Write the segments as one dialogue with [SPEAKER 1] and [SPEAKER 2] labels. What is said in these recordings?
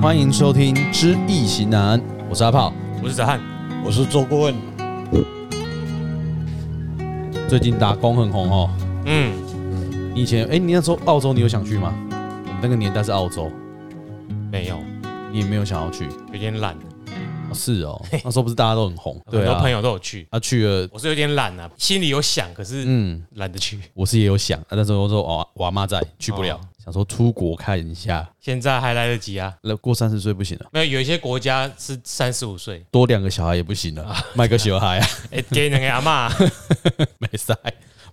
[SPEAKER 1] 欢迎收听《知易行难》，我是阿炮。
[SPEAKER 2] 我是子翰，
[SPEAKER 3] 我是周顾问，
[SPEAKER 1] 最近打工很红哦。
[SPEAKER 2] 嗯，
[SPEAKER 1] 你以前，哎、你那时候澳洲，你有想去吗？我们那个年代是澳洲，
[SPEAKER 2] 没有，
[SPEAKER 1] 你也没有想要去。
[SPEAKER 2] 有点懒，
[SPEAKER 1] 哦是哦，那时候不是大家都很红？
[SPEAKER 2] 很
[SPEAKER 1] 对
[SPEAKER 2] 多
[SPEAKER 1] 啊
[SPEAKER 2] 朋，友都有去，
[SPEAKER 1] 他去了，
[SPEAKER 2] 我是有点懒啊，心里有想，可是
[SPEAKER 1] 嗯，
[SPEAKER 2] 懒得去。
[SPEAKER 1] 我是也有想，啊但是我说哦，我阿妈在，去不了，
[SPEAKER 2] 哦
[SPEAKER 1] 想说出国看一下。
[SPEAKER 2] 现在还来得及啊，
[SPEAKER 1] 那过三十岁不行了，
[SPEAKER 2] 没有，有一些国家是三十五岁，
[SPEAKER 1] 多两个小孩也不行了，买个小孩啊，
[SPEAKER 2] 哎，给两个阿妈，
[SPEAKER 1] 没塞，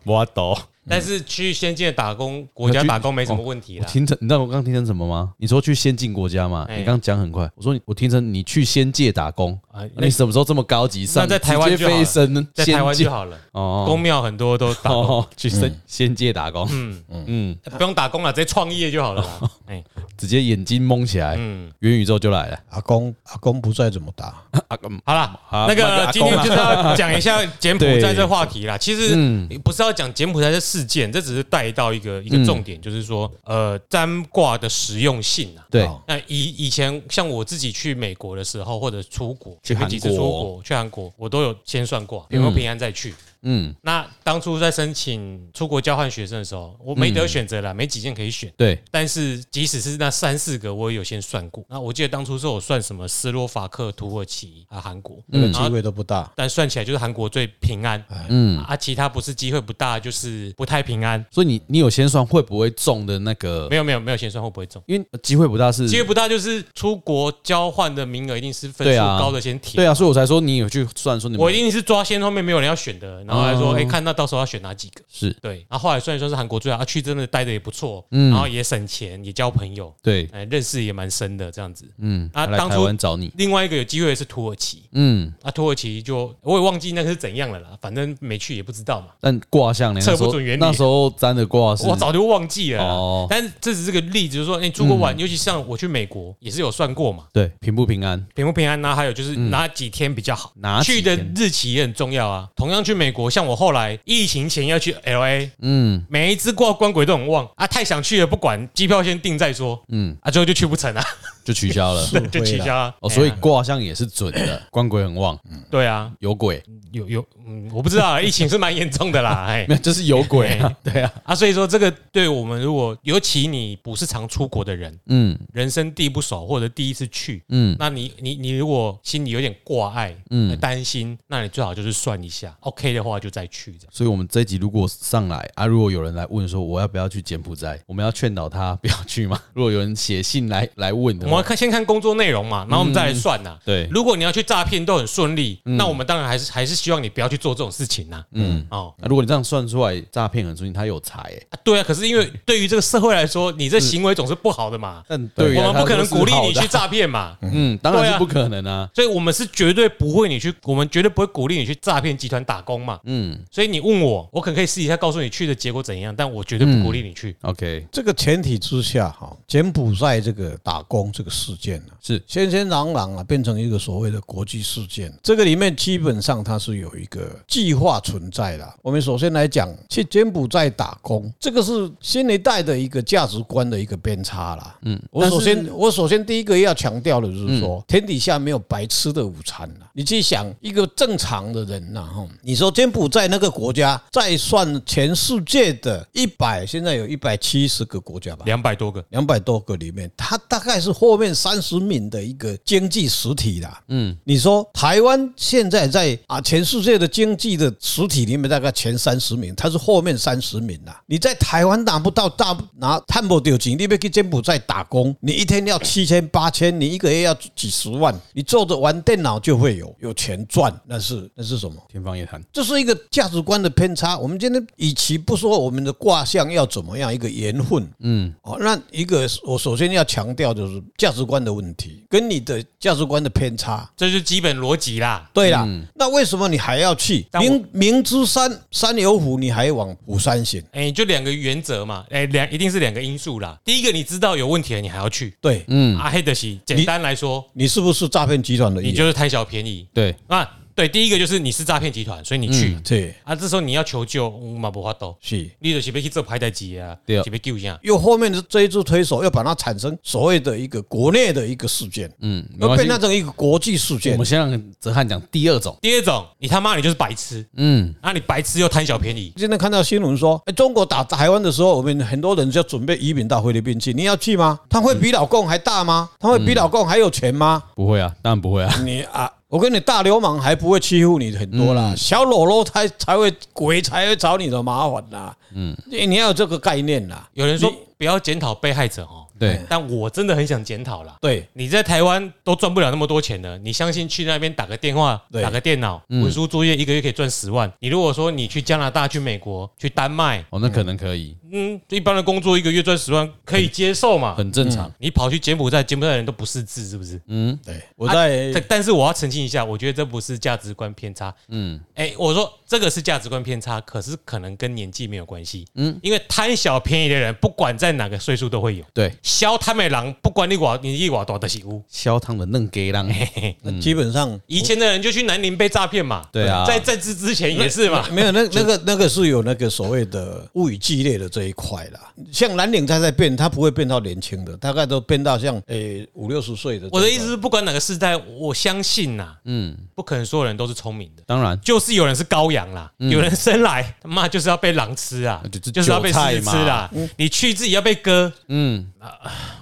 [SPEAKER 1] 我懂。
[SPEAKER 2] 但是去先进的打工，国家打工没什么问题
[SPEAKER 1] 我
[SPEAKER 2] 啦。
[SPEAKER 1] 听成，你知道我刚听成什么吗？你说去仙境国家嘛？
[SPEAKER 2] 哎
[SPEAKER 1] 你刚讲很快，我说你我听成你去仙界打工，
[SPEAKER 2] 啊
[SPEAKER 1] 那你什么时候这么高级上？
[SPEAKER 2] 那在台湾
[SPEAKER 1] 直
[SPEAKER 2] 就
[SPEAKER 1] 接
[SPEAKER 2] 好了
[SPEAKER 1] 飞升
[SPEAKER 2] 在台湾
[SPEAKER 1] 仙界
[SPEAKER 2] 就好了，
[SPEAKER 1] 哦
[SPEAKER 2] 公庙很多都打工，
[SPEAKER 1] 哦，去仙仙界打工，嗯嗯，
[SPEAKER 2] 不用打工了，直接创业就好了啦。哎，
[SPEAKER 1] 直接眼睛蒙起来，
[SPEAKER 2] 嗯，
[SPEAKER 1] 元宇宙就来了。
[SPEAKER 3] 阿公阿公不在怎么打？
[SPEAKER 1] 啊，嗯
[SPEAKER 2] 好啦，
[SPEAKER 1] 好
[SPEAKER 2] 那
[SPEAKER 1] 那个
[SPEAKER 2] 个
[SPEAKER 1] 阿
[SPEAKER 2] 今
[SPEAKER 1] 公
[SPEAKER 2] 天
[SPEAKER 1] 啊
[SPEAKER 2] 就是要讲一下柬埔寨这话题啦。其
[SPEAKER 1] 嗯
[SPEAKER 2] 实不是要讲柬埔寨的事件，这只是带到一个一个重点，就是说，呃，占卦的实用性啊。
[SPEAKER 1] 对，
[SPEAKER 3] 好
[SPEAKER 2] 那以以前像我自己去美国的时候，或者出国
[SPEAKER 1] 去韩国
[SPEAKER 2] 几次出国去韩国，我都有先算卦，有没有平安再去。
[SPEAKER 1] 嗯，
[SPEAKER 2] 那当初在申请出国交换学生的时候，我没
[SPEAKER 1] 嗯
[SPEAKER 2] 得选择啦，没几件可以选。
[SPEAKER 1] 对，
[SPEAKER 2] 但是即使是那三四个，我也有先算过。那我记得当初是我算什么斯洛伐克、土耳其啊、韩国，
[SPEAKER 3] 那个
[SPEAKER 2] 然
[SPEAKER 3] 机
[SPEAKER 2] 后
[SPEAKER 3] 会都不大。
[SPEAKER 2] 但算起来就是韩国最平安，
[SPEAKER 1] 嗯，
[SPEAKER 2] 啊，其他不是机会不大，就是不太平安。
[SPEAKER 1] 所以你你有先算会不会中的那个
[SPEAKER 2] 没，有没有没有先算会不会中，
[SPEAKER 1] 因为机会不大是，
[SPEAKER 2] 机会不大就是出国交换的名额一定是分
[SPEAKER 1] 对
[SPEAKER 2] 数
[SPEAKER 1] 啊
[SPEAKER 2] 高的先填。
[SPEAKER 1] 对啊，所以我才说你有去算说你们
[SPEAKER 2] 我一定是抓先后面没有人要选的，然后还说
[SPEAKER 1] 哦
[SPEAKER 2] 哎、看那到时候要选哪几个。
[SPEAKER 1] 是
[SPEAKER 2] 对，然后后来算一算是韩国最好，啊，去真的待的也不错，
[SPEAKER 1] 嗯
[SPEAKER 2] 然后也省钱，也交朋友，
[SPEAKER 1] 对，
[SPEAKER 2] 哎，认识也蛮深的这样子。
[SPEAKER 1] 嗯，
[SPEAKER 2] 啊
[SPEAKER 1] 他来
[SPEAKER 2] 当初
[SPEAKER 1] 台湾找你，
[SPEAKER 2] 另外一个有机会是土耳其，
[SPEAKER 1] 嗯，
[SPEAKER 2] 啊，土耳其就我也忘记那个是怎样了啦，反正没去也不知道嘛，
[SPEAKER 1] 但卦象呢？那
[SPEAKER 2] 测
[SPEAKER 1] 时
[SPEAKER 2] 不
[SPEAKER 1] 候
[SPEAKER 2] 准原理
[SPEAKER 1] 那时候占的卦是
[SPEAKER 2] 我早就忘记了啦。
[SPEAKER 1] 哦嗯
[SPEAKER 2] 但这只是个例子，就是说，你哎出国玩，尤其像我去美国也是有算过嘛，
[SPEAKER 1] 对，平不平安？
[SPEAKER 2] 平不平安呐、啊还有就是哪几天比较好，
[SPEAKER 1] 哪嗯几
[SPEAKER 2] 去的
[SPEAKER 1] 天
[SPEAKER 2] 日期也很重要啊。同样去美国，像我后来疫情前要去 L A，
[SPEAKER 1] 嗯，
[SPEAKER 2] 每一次过关鬼都很旺啊，太想去了，不管机票先订再说，嗯啊，最后就去不成啊，
[SPEAKER 1] 就取消 了。
[SPEAKER 3] 是
[SPEAKER 2] 就取消啊。
[SPEAKER 1] 哦，所以
[SPEAKER 2] 哎呀
[SPEAKER 1] 卦象也是准 的，官鬼很旺，
[SPEAKER 2] 对啊，
[SPEAKER 1] 有鬼，
[SPEAKER 2] 有有嗯，我不知道，啊，疫情是蛮严重的啦，哎
[SPEAKER 1] 没有，就是有鬼啊， 对啊，
[SPEAKER 2] 啊，所以说这个对我们如果尤其你不是常出国的人，
[SPEAKER 1] 嗯
[SPEAKER 2] 人生地不熟或者第一次去，
[SPEAKER 1] 嗯，
[SPEAKER 2] 那你你你如果心里有点挂碍，
[SPEAKER 1] 嗯
[SPEAKER 2] 嗯，担心，那你最好就是算一下，OK 的话就再去这样。
[SPEAKER 1] 所以我们这一集如果上来啊，如果有人来问说我要不要去柬埔寨，我们要劝导他不要去吗？ 如果有人写信来来问的
[SPEAKER 2] 我们
[SPEAKER 1] 话，
[SPEAKER 2] 看先看工作内容嘛，然后我们再来算呐、
[SPEAKER 1] 嗯对嗯
[SPEAKER 2] 如果你要去诈骗都很顺利，那我们当然还是还是希望你不要去做这种事情呐、嗯，哦。
[SPEAKER 1] 啊如果你这样算出来诈骗很顺利，他有财欸，
[SPEAKER 2] 啊对啊，可是因为对于这个社会来说，你这行为总是不好的嘛，
[SPEAKER 1] 但对于
[SPEAKER 2] 嗯我们
[SPEAKER 1] 他
[SPEAKER 2] 不可能
[SPEAKER 1] 都是
[SPEAKER 2] 鼓励你
[SPEAKER 1] 好
[SPEAKER 2] 去
[SPEAKER 1] 的，
[SPEAKER 2] 诈骗嘛，
[SPEAKER 1] 嗯，当然
[SPEAKER 2] 对
[SPEAKER 1] 是
[SPEAKER 2] 啊
[SPEAKER 1] 不可能啊，
[SPEAKER 2] 所以我们是绝对不会你去，我们绝对不会鼓励你去诈骗集团打工嘛，
[SPEAKER 1] 嗯
[SPEAKER 2] 所以你问我，我可能可以私底下告诉你去的结果怎样，但我绝对不鼓励你去。
[SPEAKER 1] ，OK，
[SPEAKER 3] 这个前提之下，哈，柬埔寨这个打工这个事件呢、
[SPEAKER 1] 是
[SPEAKER 3] 熙熙攘攘啊，变成一个所谓的国际事件。这个里面基本上它是有一个计划存在的。啊我们首先来讲，去柬埔寨打工，这个是新一代的一个价值观的一个偏差啦。嗯，我
[SPEAKER 1] 但是嗯
[SPEAKER 3] 首先我首先第一个要强调的就是说，天底下没有白吃的午餐啦。你去想一个正常的人呐、哈，你说柬埔寨那个国家，再算全世界的一百，现在有一百七十个国家吧。
[SPEAKER 2] 两百多个，
[SPEAKER 3] 两百多个里面，它大概是后面三十名的一个经济实体啦。嗯，你说台湾现在在啊全世界的经济的实体里面，大概前三十名，它是后面三十名啦。你在台湾拿不到大拿探不到钱，你要去柬埔寨打工，你一天要七千八千，你一个月要几十万，你坐着玩电脑就会有有钱赚，那是那是什么？
[SPEAKER 1] 天方夜谭，
[SPEAKER 3] 这是一个价值观的偏差。我们今天与其不说我们的卦象要怎么样一个缘分，嗯，哦，那一个我首先要强调就是价值观的问题，跟你的价值观的偏差。
[SPEAKER 2] 这就是基本逻辑啦。
[SPEAKER 3] 对啦，
[SPEAKER 1] 嗯
[SPEAKER 3] 那为什么你还要去？
[SPEAKER 2] 但我
[SPEAKER 3] 明明知山山有虎，你还往虎山行？
[SPEAKER 2] 哎，就两个原则嘛，哎，两一定是两个因素啦。第一个，你知道有问题了，你还要去。啊
[SPEAKER 3] 对，
[SPEAKER 1] 嗯
[SPEAKER 2] 嗯，阿黑德西，简单来说，
[SPEAKER 3] 你是不是诈骗集团的一
[SPEAKER 2] 你
[SPEAKER 3] 员？
[SPEAKER 2] 就是贪小便宜。
[SPEAKER 1] 对，
[SPEAKER 2] 那对，第一个就是你是诈骗集团，所以你去、
[SPEAKER 3] 对，
[SPEAKER 2] 啊，这时候你要求救，嗯马不花斗，
[SPEAKER 3] 是。
[SPEAKER 2] 你就是要去做排代机啊，
[SPEAKER 1] 对
[SPEAKER 2] 是要救一下。
[SPEAKER 3] 又后面的这一支推手又把它产生所谓的一个国内的一个事件，
[SPEAKER 2] 呃
[SPEAKER 1] 嗯，没
[SPEAKER 3] 又
[SPEAKER 1] 关系
[SPEAKER 3] 变。成成一个国际事
[SPEAKER 1] 我
[SPEAKER 3] 件
[SPEAKER 1] 们。先让泽汉讲第二种，
[SPEAKER 2] 第二种，你他妈你就是白痴，
[SPEAKER 1] 嗯，
[SPEAKER 2] 啊，你白痴又贪小便宜，
[SPEAKER 3] 今天看到新闻说，哎，中国打台湾的时候，我们很多人就准备移民到菲律宾去，你要去吗？他会比老共还大吗？他会比老共还有钱吗？
[SPEAKER 1] 不会啊，当然不会啊，
[SPEAKER 2] 哎
[SPEAKER 3] 你啊，我跟你大流氓还不会欺负你很多啦，小喽啰才才会鬼才会找你的麻烦啦。嗯，你要有这个概念啦。
[SPEAKER 2] 有人说不要检讨被害者哦，
[SPEAKER 1] 对，
[SPEAKER 2] 但我真的很想检讨啦。
[SPEAKER 3] 对，
[SPEAKER 2] 你在台湾都赚不了那么多钱了，你相信去那边打个电话、
[SPEAKER 3] 对
[SPEAKER 2] 打个电脑，
[SPEAKER 1] 嗯
[SPEAKER 2] 文书作业一个月可以赚十万。你如果说你去加拿大、去美国、去丹麦，
[SPEAKER 1] 哦，那可能可以，
[SPEAKER 2] 嗯，一般的工作一个月赚十万可以接受嘛？
[SPEAKER 1] 很正常。
[SPEAKER 2] 你跑去柬埔寨，柬埔寨人都不识字，是不是？
[SPEAKER 3] 对，啊我在
[SPEAKER 2] 啊但但是我要澄清一下，我觉得这不是价值观偏差。嗯，哎、我说这个是价值观偏差，可是可能跟年纪没有关系。嗯，因为贪小便宜的人，不管在哪个岁数都会有。
[SPEAKER 1] 对，
[SPEAKER 2] 小贪美狼，不管你寡你一寡多的是有。
[SPEAKER 1] 消汤的嫩给浪，
[SPEAKER 2] 哎
[SPEAKER 3] 那基本 上
[SPEAKER 2] 以前的人就去南宁被诈骗嘛，
[SPEAKER 1] 对啊
[SPEAKER 2] 在在之之前也是嘛，
[SPEAKER 3] 没有那那个那个是有那个所谓的物以系列的这一块啦。像蓝领他在变，他不会变到年轻的，大概都变到像诶五六十岁的这一块。
[SPEAKER 2] 我的意思是，不管哪个世代，我相信呐，嗯，不可能所有人都是聪明的，
[SPEAKER 1] 当然
[SPEAKER 2] 就是有人是羔羊啦，有人生来他妈就是要被狼吃啊
[SPEAKER 1] 那就，是
[SPEAKER 2] 就是要被狮
[SPEAKER 1] 韭菜
[SPEAKER 2] 子
[SPEAKER 1] 嘛
[SPEAKER 2] 吃啦，你去自己要被割，嗯，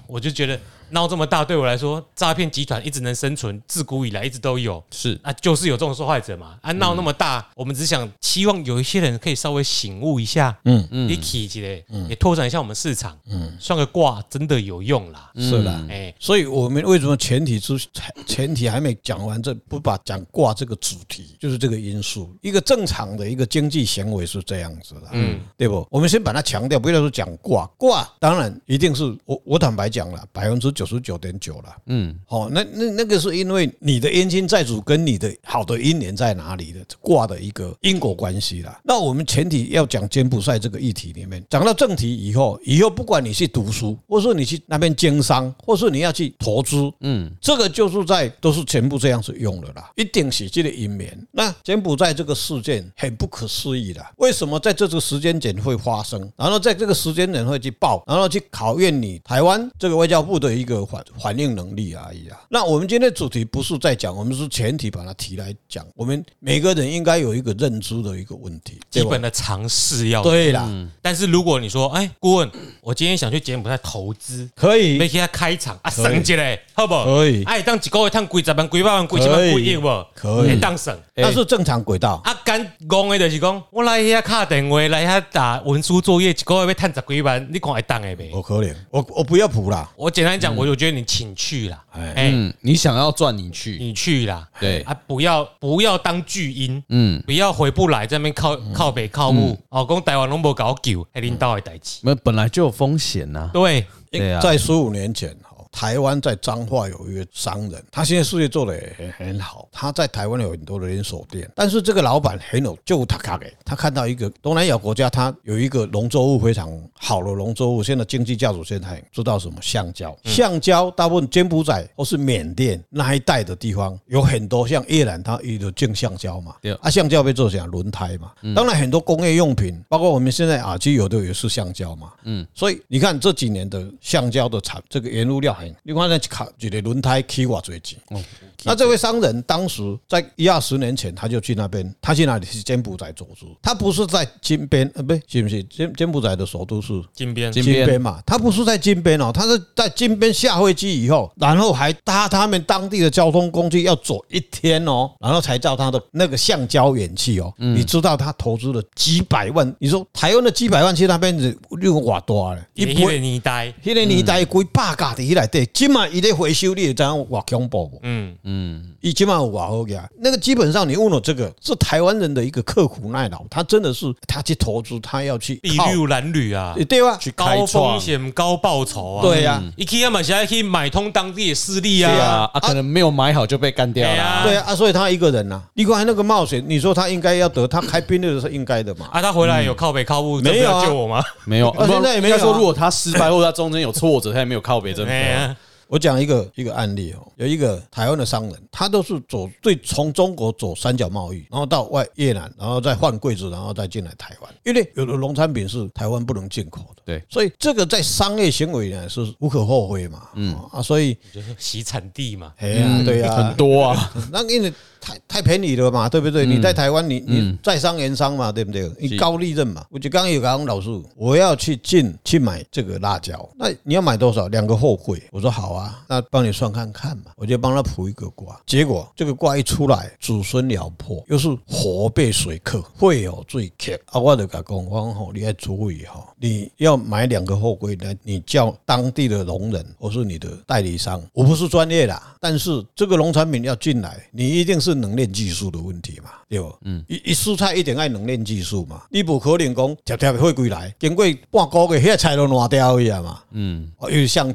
[SPEAKER 2] 我就觉得闹这么大，对我来说，诈骗集团一直能生存，自古以来一直都有。
[SPEAKER 1] 是
[SPEAKER 2] 啊，就是有这种受害者嘛！啊，闹那么大，我们只想期望有一些人可以稍微醒悟一下，嗯嗯，你起起来，也拓展一下我们市场，嗯，算个卦真的有用啦，
[SPEAKER 3] 是啦。
[SPEAKER 2] 哎，
[SPEAKER 3] 所以我们为什么前提之前提还没讲完，这不把讲挂这个主题，就是这个因素。一个正常的一个经济行为是这样子的，嗯，对不？我们先把它强调，不要说讲挂挂，当然一定是我我坦白讲了，百分之九十九点九了，嗯，哦，那那那个是因为你的冤亲债主跟你的好的姻缘在哪里的挂的一个因果关系啦。那我们前提要讲柬埔寨这个议题里面，讲到正题以后，以后不管你去读书，或是你去那边经商，或是你要去投资，嗯，这个就是在都是全部这样子用的啦，一定是这个因缘。那柬埔寨这个事件很不可思议啦，为什么在这个时间点会发生？然后在这个时间点会去报，然后去考验你台湾这个外交部的一个反反应能力而已啊。那我们今天主题不是在讲，我们是前提把它提来讲，我们每个人应该有一个认知的一个问题，
[SPEAKER 2] 基
[SPEAKER 3] 对吧
[SPEAKER 2] 本嗯的常识要。
[SPEAKER 3] 对啦，
[SPEAKER 2] 但是如果你说，哎，顾问，我今天想去柬埔寨投资，
[SPEAKER 3] 可以
[SPEAKER 2] 要。去他开场啊，
[SPEAKER 3] 可以
[SPEAKER 2] 省一嘞，好不好？
[SPEAKER 3] 可以
[SPEAKER 2] 哎，当一个月赚几十万、几百万、几千
[SPEAKER 3] 可
[SPEAKER 2] 万、
[SPEAKER 3] 以
[SPEAKER 2] 几亿不？
[SPEAKER 3] 可以
[SPEAKER 2] 会当省。
[SPEAKER 3] 那是正常轨道，
[SPEAKER 2] 啊，敢讲的就是讲，我来遐敲电话，来遐打文书作业，一个月要赚十几万，你看会当的呗？
[SPEAKER 3] 我可怜，我我不要谱啦，
[SPEAKER 2] 我简单讲，我就觉得你请去啦，
[SPEAKER 3] 嗯哎
[SPEAKER 2] 哎，
[SPEAKER 1] 嗯，你想要赚你去，
[SPEAKER 2] 你去啦，
[SPEAKER 1] 对
[SPEAKER 2] 啊，不要不要当巨婴，
[SPEAKER 1] 嗯，
[SPEAKER 2] 不要回不来，在那边靠
[SPEAKER 3] 嗯
[SPEAKER 2] 靠北靠母，哦，讲台湾拢无搞救，还领导的代
[SPEAKER 3] 嗯
[SPEAKER 2] 志，
[SPEAKER 1] 没有本来就有风险呐，
[SPEAKER 2] 对。
[SPEAKER 1] 对啊，
[SPEAKER 3] 在十五年前，哦台湾在彰化有一个商人，他现在事业做得也很很好，他在台湾有很多的连锁店，但是这个老板很有就他卡给，他看到一个东南亚国家，他有一个农作物非常好的农作物，现在经济价值现在很知道什么橡胶，
[SPEAKER 1] 嗯
[SPEAKER 3] 橡胶大部分柬埔寨或是缅甸那一带的地方有很多，像越南它也有进橡胶嘛
[SPEAKER 1] 对，嗯
[SPEAKER 3] 啊，橡胶被做成轮胎嘛，当然很多工业用品，包括我们现在耳机有的也是橡胶嘛，所以你看这几年的橡胶的产这个原物料很，你看那卡一个轮胎起偌最钱。那这位商人当时在一二十年前，他就去那边，他去哪里是柬埔寨走资，他不是在金边，呃，不是，是不是柬柬埔寨的首都是
[SPEAKER 2] 金边
[SPEAKER 1] 金边
[SPEAKER 3] 边嘛，他不是在金边哦，他是在金边下飞机以后，然后还搭他们当地的交通工具要走一天哦，然后才到他的那个橡胶远去哦。
[SPEAKER 1] 嗯
[SPEAKER 3] 你知道他投资了几百万？你说台湾的几百万去那边是六瓦多嘞，
[SPEAKER 2] 一
[SPEAKER 3] 一
[SPEAKER 2] 不
[SPEAKER 3] 波
[SPEAKER 2] 会你呆，
[SPEAKER 3] 迄个年
[SPEAKER 1] 嗯
[SPEAKER 3] 代几百家伫内底，即嘛伊咧回收，你会知影偌恐怖无？
[SPEAKER 2] 嗯，
[SPEAKER 3] 伊即嘛有偌好个，那个基本上你问我这个是台湾人的一个刻苦耐劳，他真的是他去投资，他要去
[SPEAKER 2] 碧
[SPEAKER 3] 靠
[SPEAKER 2] 绿蓝绿啊，
[SPEAKER 3] 对吧？
[SPEAKER 1] 去嗯开
[SPEAKER 2] 高
[SPEAKER 1] 创
[SPEAKER 2] 风，险高报酬啊，
[SPEAKER 3] 对呀、
[SPEAKER 2] 一去要买下来去买通当地的势力
[SPEAKER 1] 对
[SPEAKER 2] 啊，
[SPEAKER 1] 啊，啊，可能没有买好就被干掉
[SPEAKER 2] 对
[SPEAKER 1] 了
[SPEAKER 2] 啊，
[SPEAKER 3] 对啊，啊所以他一个人呐、你看那个冒险，你说他应该要得，他开兵的是应该的嘛？
[SPEAKER 2] 啊，他回来有靠北靠物，这
[SPEAKER 3] 没有
[SPEAKER 2] 不要
[SPEAKER 3] 啊
[SPEAKER 2] 救我吗？
[SPEAKER 1] 没有，
[SPEAKER 3] 啊现在也没有啊
[SPEAKER 1] 应该说如果他失败或者他中间有挫折，他也没有靠北，真
[SPEAKER 2] 哎
[SPEAKER 1] 的
[SPEAKER 2] 呀，
[SPEAKER 3] 我讲一个一个案例哦，有一个台湾的商人，他都是走最从中国走三角贸易，然后到外越南，然后再换柜子，然后再进来台湾。因为有的农产品是台湾不能进口的，
[SPEAKER 1] 对
[SPEAKER 3] 所以这个在商业行为呢是无可厚非嘛。嗯啊，所以
[SPEAKER 2] 就是洗产地嘛，
[SPEAKER 3] 哎呀，对呀、
[SPEAKER 1] 嗯很多啊，
[SPEAKER 3] 那因为太太便宜了嘛，对不对？你在台湾，你你在商言商嘛，对不对？你高利润嘛。我就刚刚有个老师，我要去进去买这个辣椒，那你要买多少？两个货柜。我说好啊，那帮你算看看嘛。我就帮他卜一个卦，结果这个卦一出来，子孙了破，又是火被水克，会有最克啊！我就甲讲，我讲吼，你要注意哈，你要买两个货柜呢，你叫当地的农人或是你的代理商，我不是专业啦，但是这个农产品要进来，你一定是能练技术的问题嘛，对不？嗯，一一蔬菜一定爱能练技术嘛，你不可能讲条条货柜来，经过半个月，遐菜都烂掉去啊嘛，嗯，哦，又像